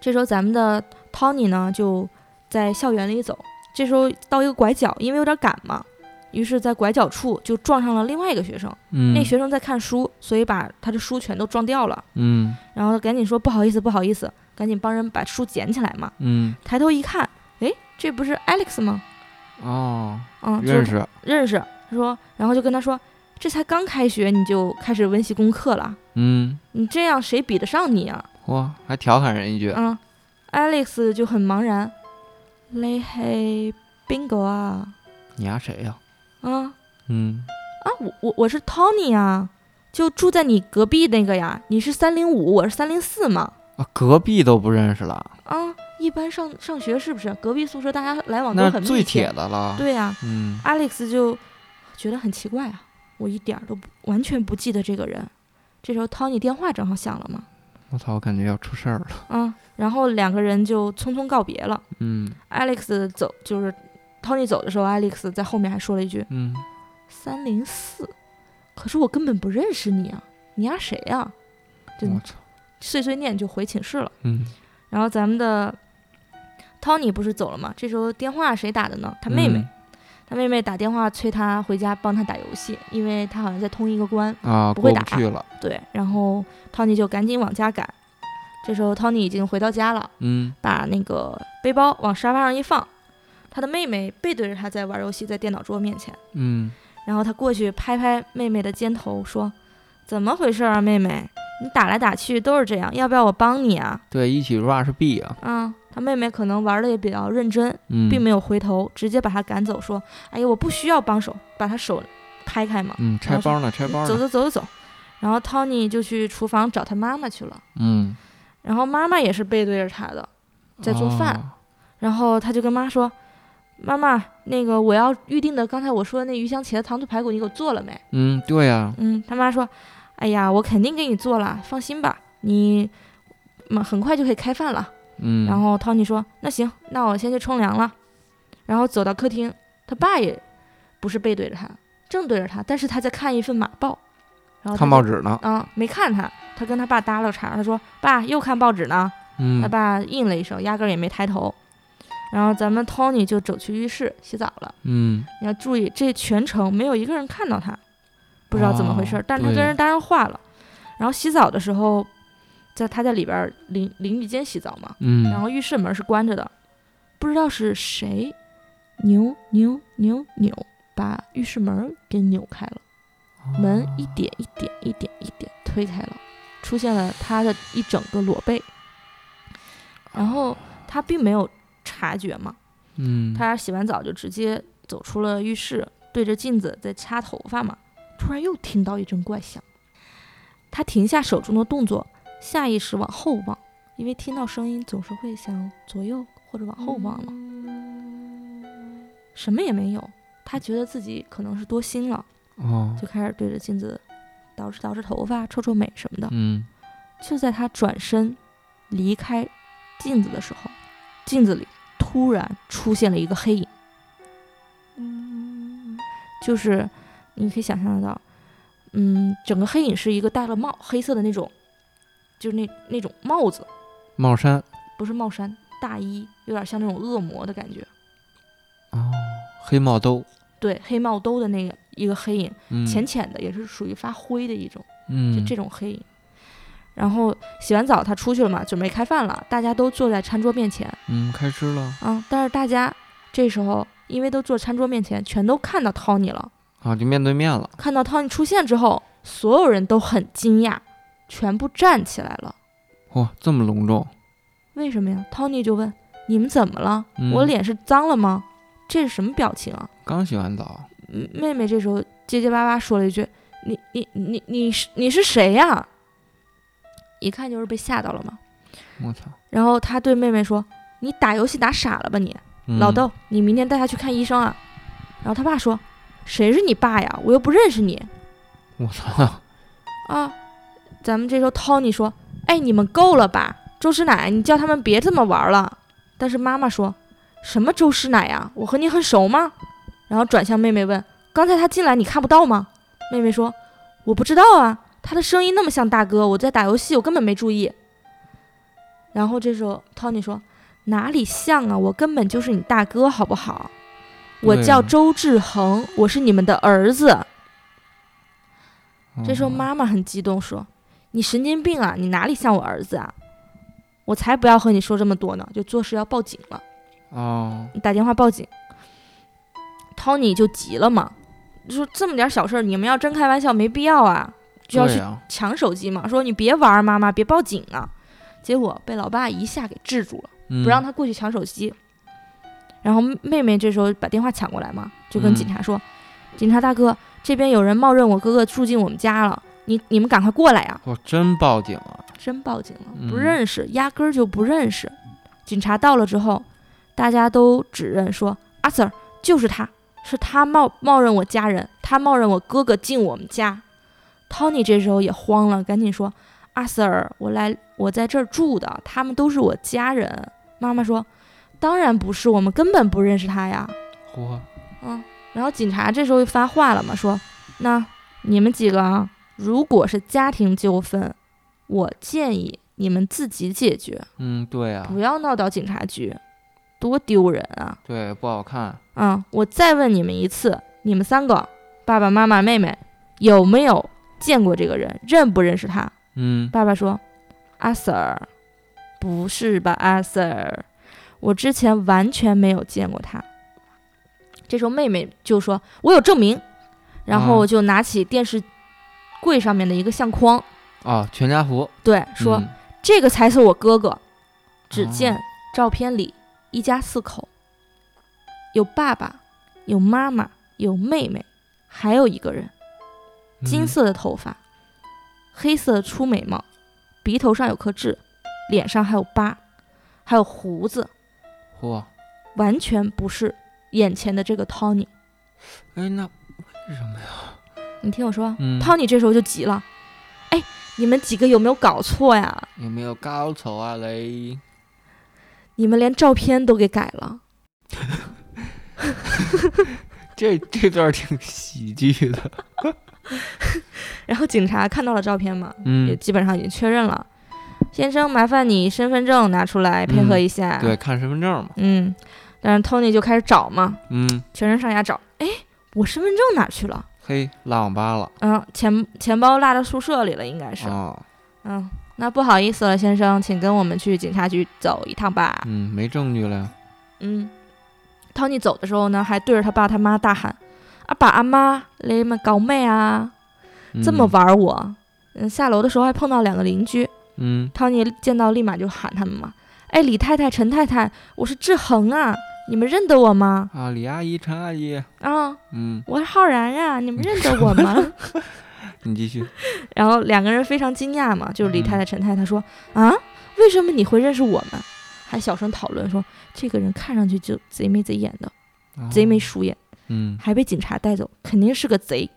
S6: 这时候咱们的 Tony 呢就在校园里走，这时候到一个拐角，因为有点赶嘛，于是，在拐角处就撞上了另外一个学生。
S3: 嗯，
S6: 那学生在看书，所以把他的书全都撞掉了，
S3: 嗯
S6: 然后赶紧说不好意思，不好意思，赶紧帮人把书捡起来嘛。
S3: 嗯
S6: 抬头一看，诶，这不是 Alex 吗？
S3: 哦，
S6: 嗯，就是
S3: 认识。
S6: 认识。他说，然后就跟他说，这才刚开学你就开始温习功课了，
S3: 嗯，
S6: 你这样谁比得上你啊？
S3: 哇，还调侃人一句。
S6: 嗯，Alex 就很茫然，你系边个啊？
S3: 你丫谁呀？
S6: 啊
S3: 嗯
S6: 啊，我我我是 Tony 啊，就住在你隔壁那个呀。你是三零五，我是三零四嘛。
S3: 啊，隔壁都不认识了，
S6: 啊，一般上上学是不是隔壁宿舍大家来往哦都
S3: 那
S6: 很密
S3: 最
S6: 切
S3: 铁的了。
S6: 对呀、
S3: 嗯
S6: a l e x 就觉得很奇怪啊，我一点儿都不完全不记得这个人。这时候 Tony 电话正好响了嘛，
S3: 我操，我感觉要出事儿了。
S6: 啊，然后两个人就匆匆告别了。
S3: 嗯
S6: Alex 走就是 Tony 走的时候，Alex 在后面还说了一句
S3: 嗯，
S6: 三零四，可是我根本不认识你啊，你丫谁呀、就
S3: 我操，
S6: 碎碎念就回寝室了。
S3: 嗯
S6: 然后咱们的 Tony 不是走了吗？这时候电话谁打的呢？他妹妹，
S3: 嗯
S6: 他妹妹打电话催他回家帮他打游戏，因为他好像在通一个关。
S3: 嗯啊，
S6: 不
S3: 过
S6: 会
S3: 不
S6: 打
S3: 去了。
S6: 对，然后 Tony 就赶紧往家赶。这时候 Tony 已经回到家了，
S3: 嗯
S6: 把那个背包往沙发上一放，他的妹妹背对着他在玩游戏，在电脑桌面前。
S3: 嗯
S6: 然后他过去拍拍妹妹的肩头，说：“怎么回事啊，妹妹？你打来打去都是这样，要不要我帮你啊
S3: 对，一起 rush B 啊，？”
S6: 啊，他妹妹可能玩的也比较认真，
S3: 嗯，
S6: 并没有回头，直接把他赶走，说：“哎呀，我不需要帮手，把他手拍开嘛。
S3: 嗯，拆包呢，拆包
S6: 走
S3: 呢，
S6: 走走走走。然后 Tony 就去厨房找他妈妈去了，
S3: 嗯，
S6: 然后妈妈也是背对着他的，在做饭。
S3: 哦，
S6: 然后他就跟妈说：“妈妈，那个我要预定的刚才我说的那鱼香茄子糖醋排骨，你给我做了没？”
S3: 嗯，对呀，
S6: 嗯，他妈说：“哎呀，我肯定给你做了，放心吧，你嘛很快就可以开饭了。
S3: 嗯，
S6: 然后 Tony 说：“那行，那我先去冲凉了。”然后走到客厅，他爸也不是背对着他，正对着他，但是他在看一份马报。然后
S3: 看报纸呢，
S6: 啊、没看他，他跟他爸搭了茬，他说：“爸，又看报纸呢。”
S3: 嗯
S6: 他，爸应了一声，压根儿也没抬头。然后咱们 Tony 就走去浴室洗澡了。
S3: 嗯，
S6: 你要注意，这全程没有一个人看到他，不知道怎么回事，
S3: 哦
S6: 但是他跟
S3: 对
S6: 人搭上话了。然后洗澡的时候，在他在里边儿淋淋浴间洗澡嘛，
S3: 嗯，
S6: 然后浴室门是关着的，不知道是谁扭扭扭扭把浴室门给扭开了，门一点一点一点一点推开了，出现了他的一整个裸背，然后他并没有察觉嘛，
S3: 嗯，
S6: 他洗完澡就直接走出了浴室，对着镜子在擦头发嘛。突然又听到一阵怪响，他停下手中的动作，下意识往后望，因为听到声音总是会想左右或者往后望嘛。什么也没有，他觉得自己可能是多心了，
S3: 哦，
S6: 就开始对着镜子捯饬捯饬头发、抽抽美什么的。
S3: 嗯，
S6: 就在他转身离开镜子的时候，镜子里突然出现了一个黑影，就是你可以想象得到，嗯，整个黑影是一个戴了帽黑色的那种，就是那那种帽子，
S3: 帽衫，
S6: 不是帽衫，大衣，有点像那种恶魔的感觉，
S3: 哦，黑帽兜，
S6: 对，黑帽兜的那个一个黑影，
S3: 嗯，
S6: 浅浅的，也是属于发灰的一种。
S3: 嗯，
S6: 就这种黑影。然后洗完澡，他出去了嘛，准备开饭了，大家都坐在餐桌面前
S3: 嗯，开吃了
S6: 啊。但是大家这时候因为都坐餐桌面前，全都看到 Tony 了，
S3: 啊，就面对面了，
S6: 看到 Tony 出现之后，所有人都很惊讶，全部站起来了。
S3: 哇、这么隆重，
S6: 为什么呀？Tony 就问：“你们怎么了？
S3: 嗯
S6: 我脸是脏了吗？这是什么表情啊
S3: 刚洗完澡，？”
S6: 嗯妹妹这时候结结巴巴说了一句：“你你你你是你是谁呀、一看就是被吓到了嘛。
S3: 我操，
S6: 然后他对妹妹说：“你打游戏打傻了吧你？
S3: 嗯
S6: 老豆，你明天带他去看医生啊。”然后他爸说：“谁是你爸呀？我又不认识你
S3: 我操，
S6: 啊！”咱们这时候 Tony 说：“哎，你们够了吧？周师奶，你叫他们别这么玩了。”但是妈妈说：“什么周师奶呀？我和你很熟吗？”然后转向妹妹问：“刚才他进来你看不到吗？”妹妹说：“我不知道啊，他的声音那么像大哥，我在打游戏，我根本没注意。”然后这时候 Tony 说：“哪里像啊？我根本就是你大哥，好不好？我
S3: 对
S6: 叫
S3: 啊
S6: 周志恒，我是你们的儿子。”这时候
S3: 嗯
S6: 妈妈很激动说：“你神经病啊！你哪里像我儿子啊？我才不要和你说这么多呢！”就做事要报警了，
S3: 哦，
S6: 打电话报警。Tony 就急了嘛，就说这么点小事儿，你们要真开玩笑没必要啊，就要
S3: 对
S6: 去
S3: 呀
S6: 抢手机嘛，说你别玩儿，妈妈别报警啊。结果被老爸一下给制住了。
S3: 嗯、
S6: 不让他过去抢手机。然后妹妹这时候把电话抢过来嘛，就跟警察说：“警察大哥，这边有人冒认我哥哥住进我们家了，你你们赶快过来啊
S3: 我真报警啊！！”
S6: 真报警了，
S3: 嗯
S6: 不认识，压根儿就不认识。警察到了之后，大家都指认说：“阿 Sir 就是他，是他冒冒认我家人，他冒认我哥哥进我们家。”Tony 这时候也慌了，赶紧说：“阿 Sir，我来，我在这儿住的，他们都是我家人。”妈妈说：“当然不是，我们根本不认识他呀。
S3: 嚯，”
S6: 嗯，然后警察这时候就发话了嘛，说：“那你们几个啊，如果是家庭纠纷，我建议你们自己解决，
S3: 嗯，对啊
S6: 不，要闹到警察局，多丢人啊！”
S3: 对，不好看，
S6: 嗯，我再问你们一次，你们三个，爸爸妈妈、妹妹，有没有见过这个人？认不认识他？
S3: 嗯，
S6: 爸爸说：“阿 Sir，不是吧，阿 Sir，我之前完全没有见过他。”这时候妹妹就说：“我有证明。”然后
S3: 啊
S6: 我就拿起电视柜上面的一个相框，
S3: 哦，全家福
S6: 对，说：“
S3: 嗯
S6: 这个才是我哥哥。只见
S3: 哦
S6: 照片里一家四口，有爸爸，有妈妈，有妹妹，还有一个人，金
S3: 嗯
S6: 色的头发，黑色的粗眉毛，鼻头上有颗痣，脸上还有疤，还有胡子，
S3: 嚯，
S6: 完全不是眼前的这个 Tony。
S3: 哎，那为什么呀？
S6: 你听我说、
S3: 嗯
S6: t o n y 这时候就急了，哎，你们几个有没有搞错呀？
S3: 有没有高潮啊嘞？
S6: 你们连照片都给改了。
S3: 这这段挺喜剧 的，
S6: 然后警察看到了照片嘛，也
S3: 嗯，
S6: 基本上已经确认了。先生，麻烦你身份证拿出来配合一下。
S3: 嗯对，，看身份证嘛，
S6: 嗯，但是 Tony 就开始找嘛，
S3: 嗯，
S6: 全身上下找。哎，我身份证哪去了？
S3: 嘿，拉网吧了，
S6: 嗯，钱钱包落到宿舍里了，应该是。
S3: 哦，
S6: 嗯，那不好意思了，先生，请跟我们去警察局走一趟吧。
S3: 嗯，没证据了呀，
S6: 嗯，Tony 走的时候呢，还对着他爸他妈大喊：“阿爸阿妈，你们搞咩啊？这么
S3: 嗯，
S6: 玩我？”嗯，下楼的时候还碰到两个邻居，
S3: 嗯，
S6: 汤尼见到立马就喊他们嘛：“哎，李太太、陈太太，我是志恒啊，你们认得我吗？
S3: 啊，李阿姨、陈阿姨，
S6: 啊，
S3: 嗯，
S6: 我是浩然啊，你们认得我 吗
S3: 你继续，？”
S6: 然后两个人非常惊讶嘛，就是李太太、陈太太说：“啊，为什么你会认识我们？”还小声讨论说：“这个人看上去就贼眉贼眼的，
S3: 哦
S6: 贼眉，鼠眼，
S3: 嗯，
S6: 还被警察带走，肯定是个贼。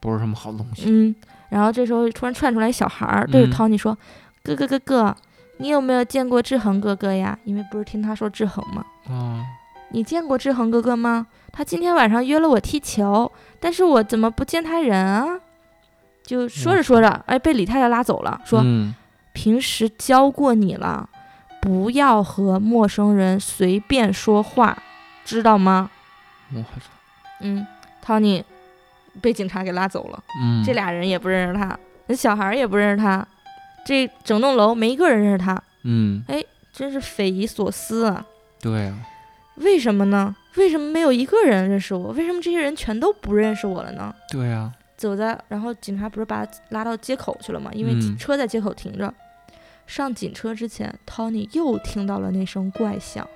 S3: 不是什么好东”西，
S6: 嗯，然后这时候突然窜出来小孩儿，对
S3: 嗯
S6: 着 Tony 说：“哥哥哥哥，你有没有见过志恒哥哥呀？因为不是听他说志恒吗？”
S3: 哦，
S6: 你见过志恒哥哥吗？他今天晚上约了我踢球，但是我怎么不见他人啊？就说着说着，哎，被李太太拉走了，说、
S3: 嗯
S6: 平时教过你了，不要和陌生人随便说话，知道吗？
S3: 我操，
S6: 嗯，Tony 被警察给拉走了，
S3: 嗯，
S6: 这，俩人也不认识他，那小孩儿也不认识他，这整栋楼没一个人认识他，
S3: 嗯，
S6: 真是匪夷所思啊！
S3: 对啊，
S6: 为什么呢？为什么没有一个人认识我？为什么这些人全都不认识我了呢？
S3: 对啊，
S6: 走在，然后警察不是把他拉到街口去了嘛，因为
S3: 嗯
S6: 车在街口停着。上警车之前，Tony 又听到了那声怪笑，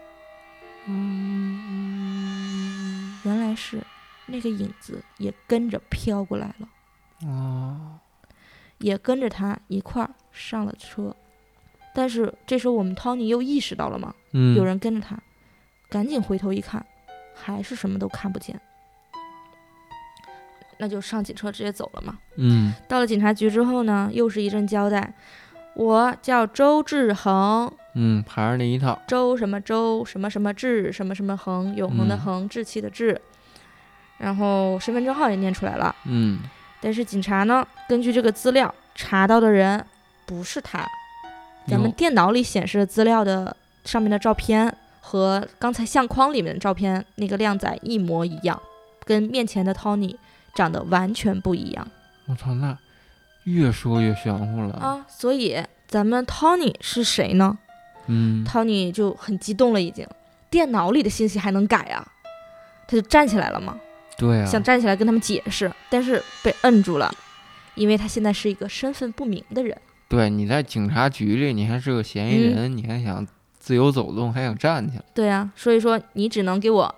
S6: 原来是那个影子也跟着飘过来了，
S3: 哦，
S6: 也跟着他一块儿上了车。但是这时候我们 Tony 又意识到了嘛，
S3: 嗯，
S6: 有人跟着他，赶紧回头一看，还是什么都看不见，那就上警车直接走了嘛。
S3: 嗯，
S6: 到了警察局之后呢，又是一阵交代，我叫周志恒，
S3: 嗯，还是那一套，
S6: 周什么周什么什么志什么什么恒，永恒的
S3: 嗯
S6: 恒，志气的志，然后身份证号也念出来了，
S3: 嗯，
S6: 但是警察呢，根据这个资料查到的人不是他，咱们
S3: 哟
S6: 电脑里显示的资料的上面的照片和刚才相框里面的照片那个靓仔一模一样，跟面前的 Tony 长得完全不一样
S3: 我操，那越说越玄乎了，
S6: 啊！所以咱们 Tony 是谁呢
S3: 嗯，
S6: ？Tony 就很激动了，已经，电脑里的信息还能改啊？他就站起来了嘛，
S3: 对啊，
S6: 想站起来跟他们解释，但是被摁住了，因为他现在是一个身份不明的人。
S3: 对，你在警察局里，你还是个嫌疑人，
S6: 嗯
S3: 你还想自由走动，还想站起来，
S6: 对啊，所以说你只能给我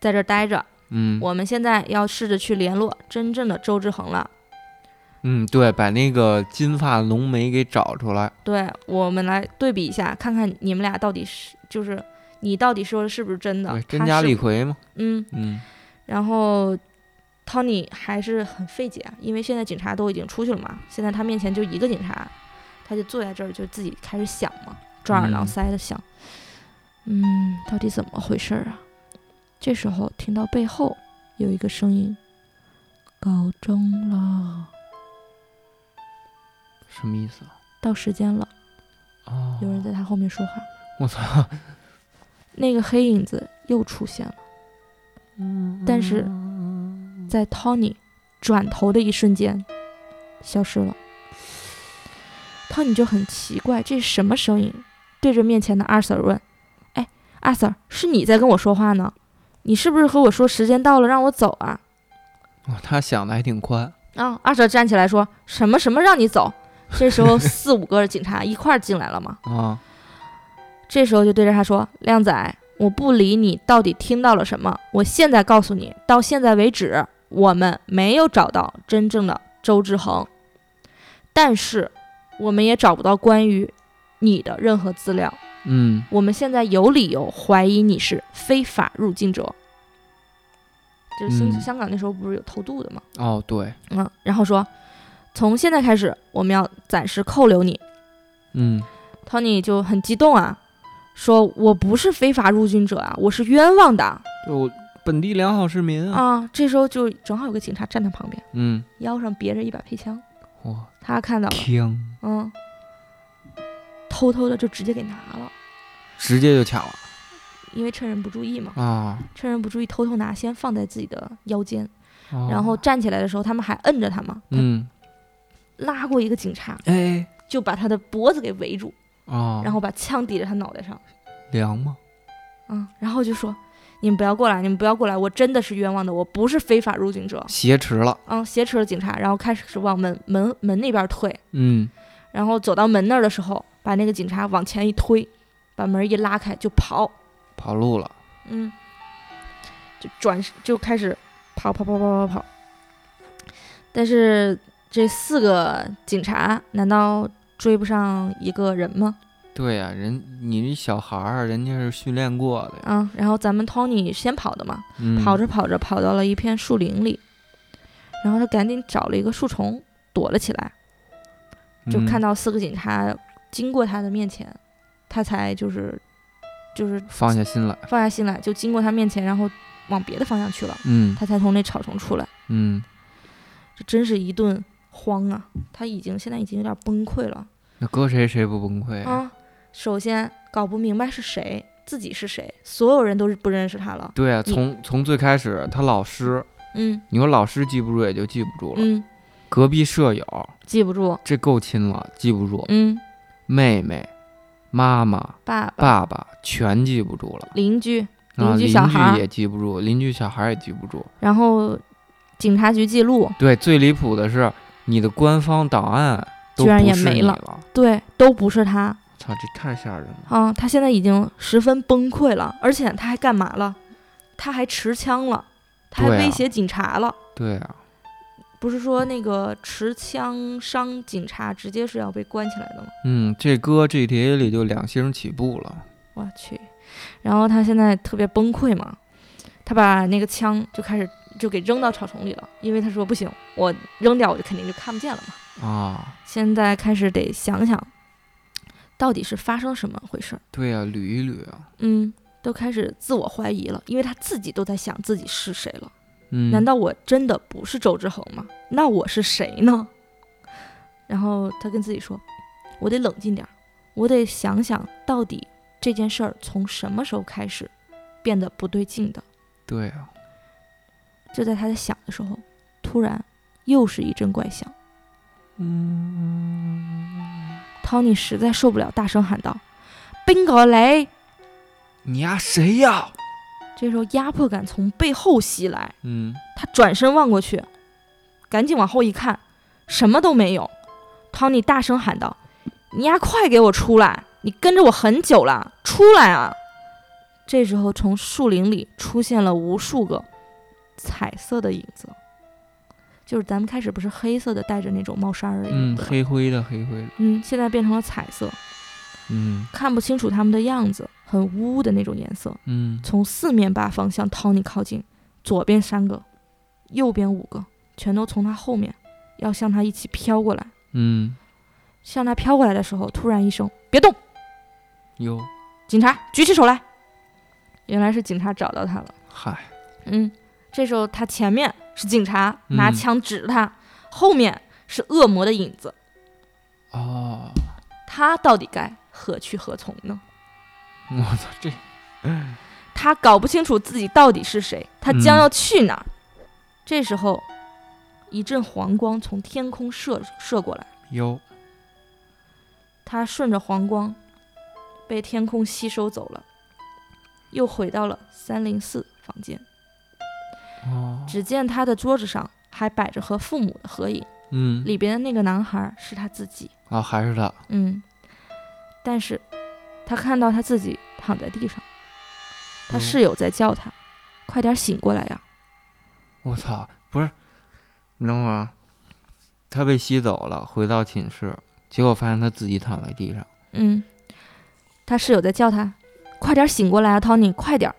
S6: 在这儿待着。
S3: 嗯，
S6: 我们现在要试着去联络真正的周志恒了。
S3: 嗯，对，把那个金发浓眉给找出来，
S6: 对，我们来对比一下，看看你们俩到底是就是你到底说的是不是真的
S3: 对，？
S6: 他
S3: 真假
S6: 是
S3: 李
S6: 不
S3: 逵嘛，
S6: 嗯，
S3: 嗯，
S6: 然后 Tony 还是很费解，啊因为现在警察都已经出去了嘛，现在他面前就一个警察，他就坐在这儿就自己开始想嘛，抓耳挠
S3: 嗯
S6: 腮的想，嗯，到底怎么回事儿啊？这时候听到背后有一个声音，高中了，
S3: 什么意思啊？
S6: 到时间了，
S3: 哦，
S6: 有人在他后面说话，
S3: 我操，
S6: 那个黑影子又出现了，但是在 Tony 转头的一瞬间消失了。Tony 就很奇怪，这是什么声音？对着面前的阿 Sir 问：“哎，阿 Sir，是你在跟我说话呢？你是不是和我说时间到了，让我走啊
S3: 哇他想的还挺宽，？”
S6: 啊，阿 Sir 站起来说：“什么什么让你走？”这时候四五个警察一块儿进来了嘛，
S3: 啊，
S6: 这时候就对着他说：“靓仔，我不理你到底听到了什么，我现在告诉你，到现在为止，我们没有找到真正的周志恒，但是我们也找不到关于你的任何资料。
S3: 嗯，
S6: 我们现在有理由怀疑你是非法入境者。”就是香
S3: 嗯
S6: 香港那时候不是有偷渡的吗？
S3: 哦，对，
S6: 嗯，然后说，从现在开始，我们要暂时扣留你，
S3: 嗯，
S6: Tony 就很激动啊，说我不是非法入境者啊，我是冤枉的
S3: 就本地良好市民啊，
S6: 啊。这时候就正好有个警察站他旁边，
S3: 嗯，
S6: 腰上别着一把配枪，
S3: 我
S6: 他看到了，
S3: 天，
S6: 嗯，偷偷的就直接给拿了，
S3: 直接就抢了
S6: 因为趁人不注意嘛，
S3: 啊，
S6: 趁人不注意偷偷拿，先放在自己的腰间，
S3: 哦
S6: 然后站起来的时候，他们还摁着他嘛，他
S3: 嗯，
S6: 拉过一个警察，
S3: 哎，
S6: 就把他的脖子给围住，
S3: 哦，
S6: 然后把枪抵着他脑袋上。
S3: 凉吗？
S6: 嗯，然后就说：“你们不要过来，你们不要过来，我真的是冤枉的，我不是非法入境者。
S3: 挟持了，”
S6: 嗯，挟持了警察，然后开始往门门门那边退，
S3: 嗯，
S6: 然后走到门那儿的时候，把那个警察往前一推，把门一拉开就跑，
S3: 跑路了，
S6: 嗯，就转就开始跑跑跑跑跑跑。但是这四个警察难道追不上一个人吗？
S3: 对呀、人你一小孩儿，人家是训练过的呀，
S6: 啊、然后咱们 Tony 先跑的嘛，
S3: 嗯，
S6: 跑着跑着跑到了一片树林里，然后他赶紧找了一个树丛躲了起来，就
S3: 嗯
S6: 看到四个警察经过他的面前，他才就是就是
S3: 放下心来，
S6: 放下心来，就经过他面前，然后往别的方向去了，
S3: 嗯
S6: 他才从那草丛出来。
S3: 嗯，
S6: 这真是一顿慌啊！他已经现在已经有点崩溃了
S3: 那搁谁谁不崩溃？
S6: 啊！首先搞不明白是谁，自己是谁，所有人都是不认识他了。
S3: 对啊，
S6: 你
S3: 从从最开始他老师，
S6: 嗯
S3: 你说老师记不住也就记不住了，
S6: 嗯，
S3: 隔壁舍友
S6: 记不住。
S3: 这够亲了，记不住，
S6: 嗯，
S3: 妹妹、妈妈、
S6: 爸爸、
S3: 爸爸全记不住了。
S6: 邻居，
S3: 啊，
S6: 邻居
S3: 邻
S6: 小孩儿
S3: 也记不住，邻居小孩儿也记不住，
S6: 然后警察局记录，
S3: 对，最离谱的是你的官方档案都
S6: 居然
S3: 不
S6: 也
S3: 是
S6: 没
S3: 你
S6: 了
S3: 了
S6: 对，都不是他
S3: 操，这太吓人了！
S6: 啊！他现在已经十分崩溃了，而且他还干嘛了？他还持枪了，他还
S3: 对啊
S6: 威胁警察了。
S3: 对啊，
S6: 不是说那个持枪伤警察直接是要被关起来的吗？
S3: 嗯，这歌 GTA 里就两星起步了，
S6: 我去！然后他现在特别崩溃嘛，他把那个枪就开始就给扔到草丛里了，因为他说不行，我扔掉我就肯定就看不见了嘛。
S3: 啊，
S6: 现在开始得想想，到底是发生什么回事儿。
S3: 对啊，捋一捋啊，
S6: 嗯，都开始自我怀疑了，因为他自己都在想自己是谁了。
S3: 嗯，
S6: 难道我真的不是周志恒吗？那我是谁呢？然后他跟自己说：“我得冷静点儿，我得想想到底这件事儿从什么时候开始变得不对劲的。
S3: 对啊，”
S6: 就在他在想的时候，突然又是一阵怪响。嗯，Tony 实在受不了，大声喊道：“宾格雷
S3: 你呀谁呀？！”
S6: 这时候压迫感从背后袭来，
S3: 嗯，
S6: 他转身望过去，赶紧往后一看，什么都没有。汤尼大声喊道：“你丫快给我出来！你跟着我很久了，出来啊！”这时候，从树林里出现了无数个彩色的影子，就是咱们开始不是黑色的，戴着那种帽衫儿的影
S3: 嗯，
S6: 子，
S3: 黑灰的，黑灰的，
S6: 嗯，现在变成了彩色，
S3: 嗯
S6: 看不清楚他们的样子，很污污的那种颜色。
S3: 嗯，
S6: 从四面八方向 Tony 靠近，左边三个，右边五个，全都从他后面，要向他一起飘过来。
S3: 嗯，
S6: 向他飘过来的时候，突然一声“别动
S3: 哟，”，
S6: 警察举起手来。原来是警察找到他了。
S3: 嗨，
S6: 嗯，这时候他前面是警察
S3: 嗯
S6: 拿枪指着他，后面是恶魔的影子。
S3: 哦，
S6: 他到底该何去何从呢？
S3: 我操，这
S6: 他搞不清楚自己到底是谁，他将要去哪儿。
S3: 嗯
S6: 这时候，一阵黄光从天空射射过来，
S3: 哟，
S6: 他顺着黄光被天空吸收走了，又回到了三零四房间。
S3: 哦，
S6: 只见他的桌子上还摆着和父母的合影，
S3: 嗯，
S6: 里边的那个男孩是他自己。
S3: 啊，还是他，
S6: 嗯，但是他看到他自己躺在地上，他
S3: 嗯
S6: 室友在叫他：“快点醒过来呀！”
S3: 我操，不是，你等会儿啊，他被吸走了，回到寝室，结果发现他自己躺在地上，
S6: 嗯，他室友在叫他，快点醒过来啊，Tony，快点儿！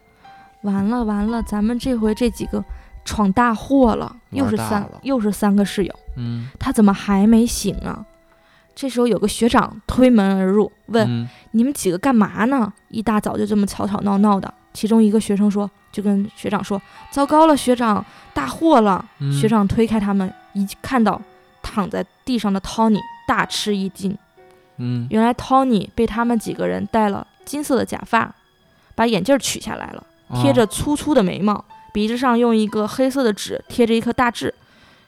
S6: 完了完了，咱们这回这几个闯大祸了，又是
S3: 玩大
S6: 三
S3: 了
S6: 又是三个室友，
S3: 嗯，
S6: 他怎么还没醒啊？这时候有个学长推门而入，问、
S3: 嗯，
S6: 你们几个干嘛呢？一大早就这么吵吵闹闹的。其中一个学生说，就跟学长说，糟糕了，学长，大祸了！
S3: 嗯
S6: 学长推开他们，一看到躺在地上的 Tony，大吃一惊。
S3: 嗯，
S6: 原来 Tony 被他们几个人戴了金色的假发，把眼镜取下来了，
S3: 哦
S6: 贴着粗粗的眉毛，鼻子上用一个黑色的纸贴着一颗大痣，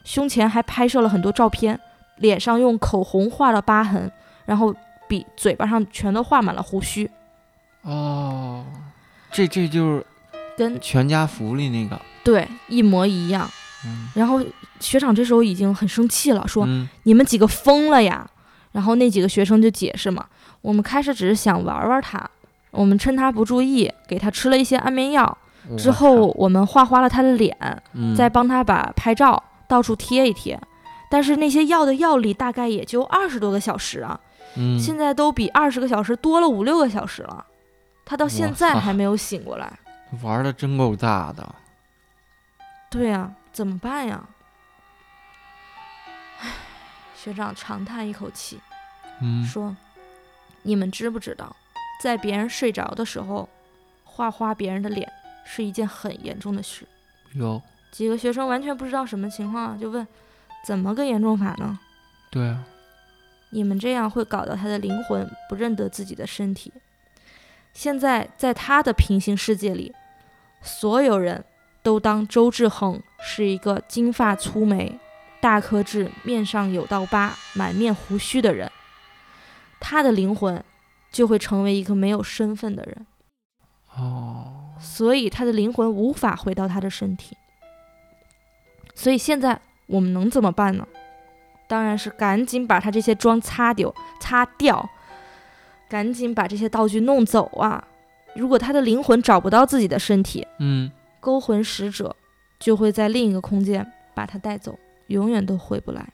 S6: 胸前还拍摄了很多照片，脸上用口红画了疤痕，然后比嘴巴上全都画满了胡须，
S3: 哦，这这就是
S6: 跟
S3: 全家福里那个，
S6: 对一模一样。
S3: 嗯，
S6: 然后学长这时候已经很生气了，说：“
S3: 嗯
S6: 你们几个疯了呀！然后那几个学生就解释嘛，我们开始只是想玩玩他，我们趁他不注意给他吃了一些安眠药，之后我们画花了他的脸，
S3: 嗯
S6: 再帮他把拍照到处贴一贴。但是那些药的药力大概也就二十多个小时啊，
S3: 嗯，
S6: 现在都比二十个小时多了五六个小时了，他到现
S3: 哇
S6: 在
S3: 塞
S6: 还没有醒过来。
S3: 玩的真够大的，
S6: 对呀、怎么办呀？唉，学长长叹一口气，
S3: 嗯，
S6: 说：“你们知不知道，在别人睡着的时候，画花别人的脸是一件很严重的事。
S3: 有，”
S6: 几个学生完全不知道什么情况啊，就问：“怎么个严重法呢？
S3: 对啊，
S6: 你们这样会搞到他的灵魂不认得自己的身体。现在在他的平行世界里，所有人都当周志恒是一个金发粗眉、大颗痣、面上有道疤、满面胡须的人，他的灵魂就会成为一个没有身份的人，
S3: 哦，
S6: 所以他的灵魂无法回到他的身体。所以现在我们能怎么办呢？当然是赶紧把他这些妆擦丢、擦掉，赶紧把这些道具弄走啊！如果他的灵魂找不到自己的身体，
S3: 嗯，
S6: 勾魂使者就会在另一个空间把他带走，永远都回不来。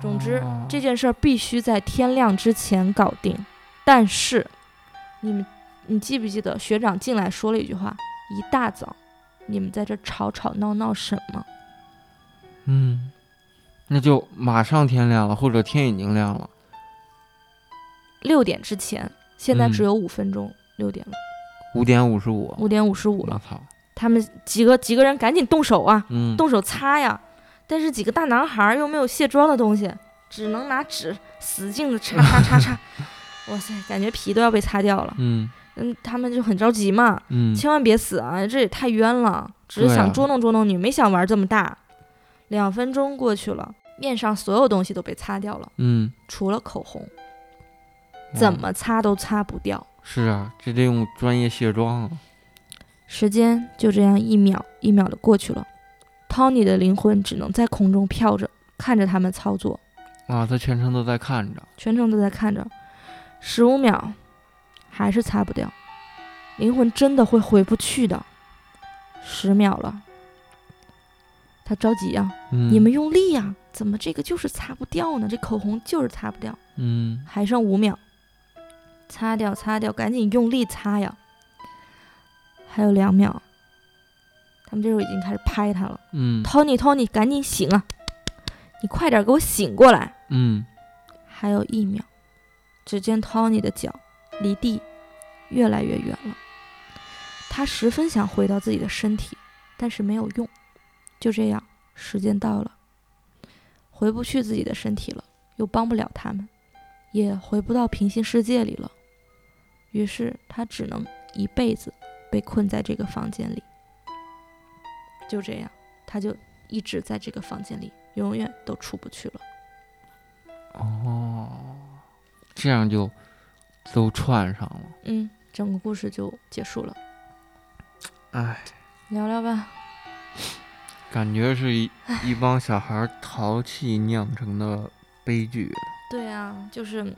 S6: 总之
S3: 哦，
S6: 这件事儿必须在天亮之前搞定。但是，你们，你记不记得学长进来说了一句话：“一大早，你们在这吵吵闹闹什么
S3: 嗯，那就马上天亮了，或者天已经亮了。？”
S6: 六点之前，现在只
S3: 嗯
S6: 有五分钟，六点了，
S3: 五点五十五，
S6: 五点五十五
S3: 我
S6: 了。
S3: 操，
S6: 他们几个几个人赶紧动手啊，
S3: 嗯，
S6: 动手擦呀！但是几个大男孩儿又没有卸妆的东西，只能拿纸使劲的擦擦擦 擦。哇塞，感觉皮都要被擦掉了。
S3: 嗯
S6: 嗯，他们就很着急嘛。
S3: 嗯，
S6: 千万别死啊！这也太冤了，只
S3: 对
S6: 是
S3: 啊
S6: 想捉弄捉弄你，没想玩这么大。两分钟过去了，面上所有东西都被擦掉了，
S3: 嗯，
S6: 除了口红，怎么擦都擦不掉。
S3: 是啊，这得用专业卸妆啊。
S6: 时间就这样一秒一秒的过去了，Tony 的灵魂只能在空中飘着，看着他们操作，
S3: 啊，他全程都在看着，
S6: 全程都在看着。十五秒，还是擦不掉，灵魂真的会回不去的。十秒了，他着急呀、
S3: 嗯，
S6: 你们用力呀、怎么这个就是擦不掉呢？这口红就是擦不掉，
S3: 嗯
S6: 还剩五秒，擦掉擦掉，赶紧用力擦呀！还有两秒，他们这时候已经开始拍他了。
S3: 嗯
S6: Tony Tony，赶紧醒啊！你快点给我醒过来！
S3: 嗯，
S6: 还有一秒，只见 Tony 的脚离地越来越远了。他十分想回到自己的身体，但是没有用。就这样，时间到了，回不去自己的身体了，又帮不了他们，也回不到平行世界里了。于是他只能一辈子被困在这个房间里。就这样，他就一直在这个房间里，永远都出不去了。
S3: 哦，这样就都串上了。
S6: 嗯，整个故事就结束了。
S3: 哎，
S6: 聊聊吧，
S3: 感觉是一一帮小孩儿淘气酿成的悲剧。
S6: 对啊，就是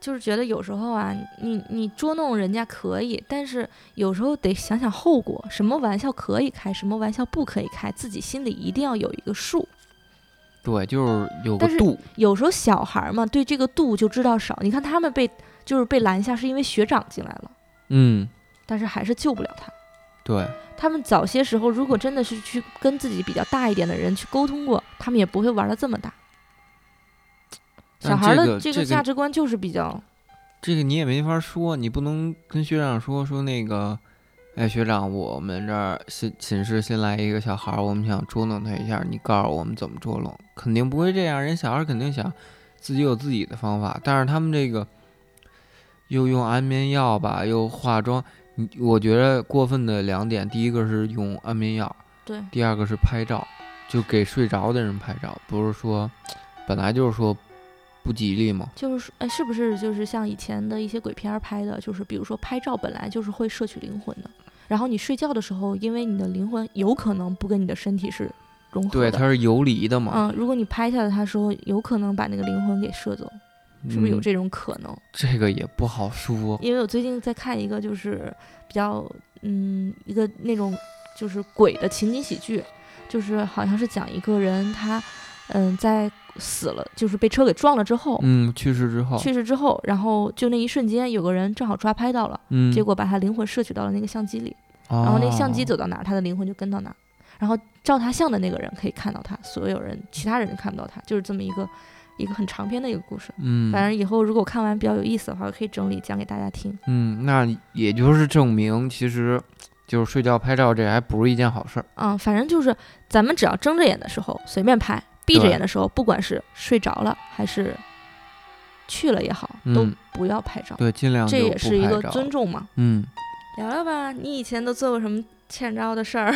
S6: 就是觉得有时候啊，你你捉弄人家可以，但是有时候得想想后果，什么玩笑可以开，什么玩笑不可以开，自己心里一定要有一个数。
S3: 对，就是有个
S6: 但是
S3: 度。
S6: 有时候小孩儿嘛，对这个度就知道少。你看他们被就是被拦下，是因为学长进来了，
S3: 嗯，
S6: 但是还是救不了他。
S3: 对，
S6: 他们早些时候如果真的是去跟自己比较大一点的人去沟通过，他们也不会玩的这么大。
S3: 但
S6: 小孩儿
S3: 这
S6: 的
S3: 个
S6: 这
S3: 这
S6: 个
S3: 个
S6: 价值观就是比较，
S3: 这个你也没法说，你不能跟学长说说那个，哎，学长，我们这儿新寝室新来一个小孩儿，我们想捉弄他一下，你告诉我们怎么捉弄，肯定不会这样，人小孩儿肯定想自己有自己的方法，但是他们这个又用安眠药吧，又化妆，你我觉得过分的两点，第一个是用安眠药，
S6: 对
S3: 第二个是拍照，就给睡着的人拍照，不是说本来就是说不吉利嘛，
S6: 就是说哎，是不是就是像以前的一些鬼片儿拍的，就是比如说拍照本来就是会摄取灵魂的，然后你睡觉的时候，因为你的灵魂有可能不跟你的身体是融合
S3: 对，
S6: 的，
S3: 它是游离的嘛，
S6: 嗯，如果你拍下来它的时候，有可能把那个灵魂给摄走，是不是有
S3: 嗯
S6: 这种可能？
S3: 这个也不好说。
S6: 因为我最近在看一个，就是比较嗯一个那种就是鬼的情景喜剧，就是好像是讲一个人他嗯在死了，就是被车给撞了之后，
S3: 嗯，去世之后，
S6: 去世之后，然后就那一瞬间有个人正好抓拍到了，
S3: 嗯，啊哦
S6: 结果把他灵魂摄取到了那个相机里，然
S3: 然
S6: 后那相机走到哪儿，他的灵魂就跟到哪儿，然后照他像的那个人可以看到他，所有人其他人看不到他，就是这么一个一个很长篇的一个故事。
S3: 嗯，
S6: 反正以后如果看完比较有意思的话，我可以整理讲给大家听。
S3: 嗯，那也就是证明，其实就是睡觉拍照这还不是一件好事儿。
S6: 嗯，反正就是咱们只要睁着眼的时候随便拍，闭着
S3: 对
S6: 眼的时候，不管是睡着了还是去了也好，都
S3: 嗯
S6: 不要拍照。
S3: 对，尽量
S6: 这
S3: 就
S6: 也
S3: 不
S6: 是一
S3: 拍
S6: 个
S3: 照
S6: 尊重嘛。
S3: 嗯，
S6: 聊聊吧，你以前都做过什么欠招的事儿？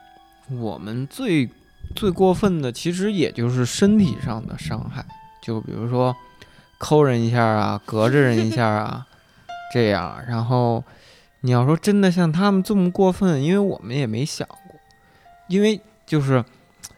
S3: 我们最最过分的其实也就是身体上的伤害，就比如说抠人一下啊，隔着人一下啊，这样。然后你要说真的像他们这么过分，因为我们也没想过，因为就是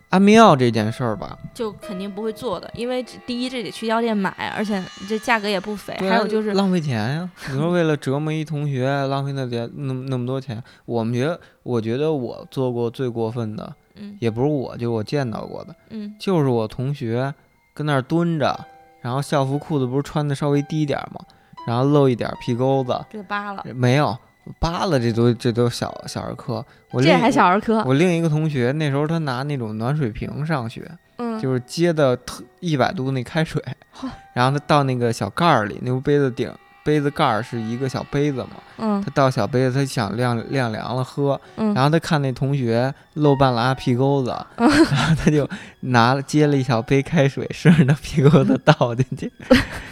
S3: 安眠药这件事儿吧，
S6: 就肯定不会做的，因为这第一这得去药店买，啊而且这价格也不菲，
S3: 对啊
S6: 哎还有就是
S3: 浪费钱呀、你说为了折磨一同学，浪费那点那么那么多钱，我们觉得，我觉得我做过最过分的，
S6: 嗯
S3: 也不是我，就我见到过的，
S6: 嗯
S3: 就是我同学跟那儿蹲着，然后校服裤子不是穿的稍微低点儿嘛，然后露一点儿屁沟子，
S6: 给扒了，
S3: 没有扒了，这都这都小小儿科。我
S6: 这
S3: 另一
S6: 还小儿科，
S3: 我另一个同学那时候他拿那种暖水瓶上学，
S6: 嗯，
S3: 就是接的特一百度那开 水
S6: 嚯，
S3: 然后他倒那个小盖儿里，那不杯子顶杯子盖儿是一个小杯子嘛，
S6: 嗯
S3: 他倒小杯子，他想晾晾凉了喝，
S6: 嗯，
S3: 然后他看那同学露半拉屁沟子，然后他就拿了接了一小杯开水，顺着他屁股子倒进去，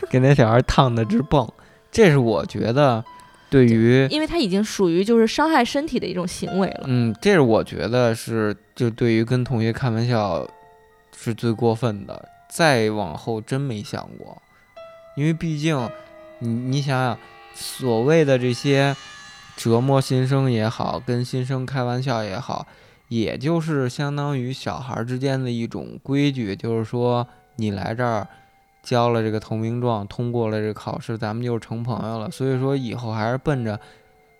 S3: 给那小孩烫的直蹦。这是我觉得对于
S6: 因为他已经属于就是伤害身体的一种行为了，
S3: 嗯，这是我觉得是就对于跟同学开玩笑是最过分的。再往后真没想过，因为毕竟你你想想，所谓的这些折磨新生也好，跟新生开玩笑也好，也就是相当于小孩儿之间的一种规矩，就是说你来这儿。交了这个投名状，通过了这个考试，咱们就是成朋友了。所以说以后还是奔着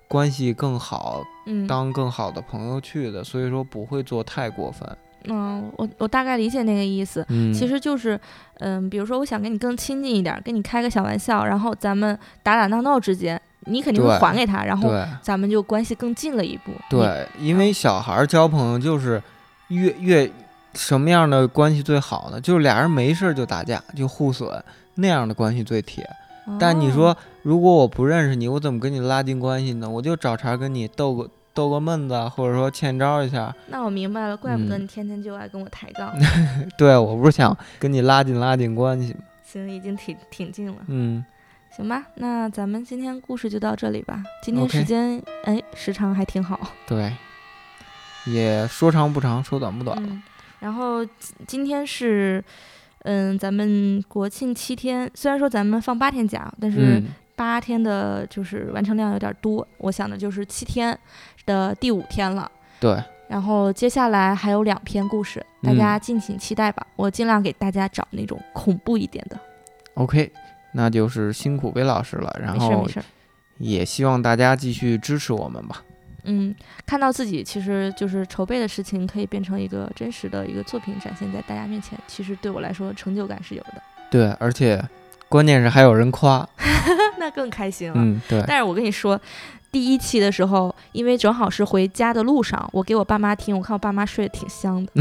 S3: 关系更好、
S6: 嗯
S3: 当更好的朋友去的，所以说不会做太过分。
S6: 嗯，我我大概理解那个意思，
S3: 嗯
S6: 其实就是，嗯，比如说我想跟你更亲近一点儿，跟你开个小玩笑，然后咱们打打闹闹之间，你肯定会
S3: 对
S6: 还给他，然后
S3: 对
S6: 咱们就关系更近了一步。你，
S3: 对，因为小孩儿交朋友就是越越什么样的关系最好呢？就是俩人没事儿就打架就互损，那样的关系最铁。但你
S6: 哦
S3: 说，如果我不认识你，我怎么跟你拉近关系呢？我就找茬儿跟你斗个斗个闷子，或者说欠招一下。
S6: 那我明白了，怪不得
S3: 嗯
S6: 你天天就爱跟我抬 杠。
S3: 对我不是想跟你拉近拉近关系吗？
S6: 行，已经挺挺近了，
S3: 嗯，
S6: 行吧？那咱们今天故事就到这里吧。今天
S3: OK
S6: 时间哎，时长还挺好。
S3: 对，也说长不长，说短不短。
S6: 嗯，然后今今天是，嗯，咱们国庆七天，虽然说咱们放八天假，但是
S3: 嗯
S6: 八天的就是完成量有点多，我想的就是七天的第五天了。
S3: 对，
S6: 然后接下来还有两篇故事，大
S3: 嗯
S6: 家敬请期待吧。我尽量给大家找那种恐怖一点的，
S3: OK，那就是辛苦魏老师了，然
S6: 没事
S3: 后
S6: 没事。
S3: 也希望大家继续支持我们吧。
S6: 嗯，看到自己其实就是筹备的事情可以变成一个真实的一个作品展现在大家面前，其实对我来说成就感是有的，
S3: 对，而且关键是还有人夸，
S6: 那更开心了。
S3: 嗯，对，
S6: 但是我跟你说，第一期的时候，因为正好是回家的路上，我给我爸妈听，我看我爸妈睡得挺香的。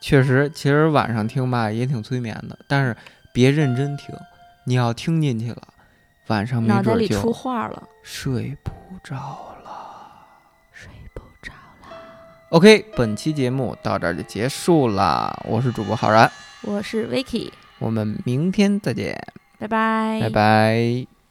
S3: 确实，其实晚上听吧也挺催眠的，但是别认真听，你要听进去了，晚上没
S6: 脑袋
S3: 准
S6: 里
S3: 儿
S6: 出
S3: 就
S6: 画了，
S3: 睡不着了。
S6: 睡不着。
S3: OK，本期节目到这儿就结束啦，我是主播浩然，
S6: 我是 Vicky，
S3: 我们明天再见，
S6: 哎拜拜，
S3: 拜拜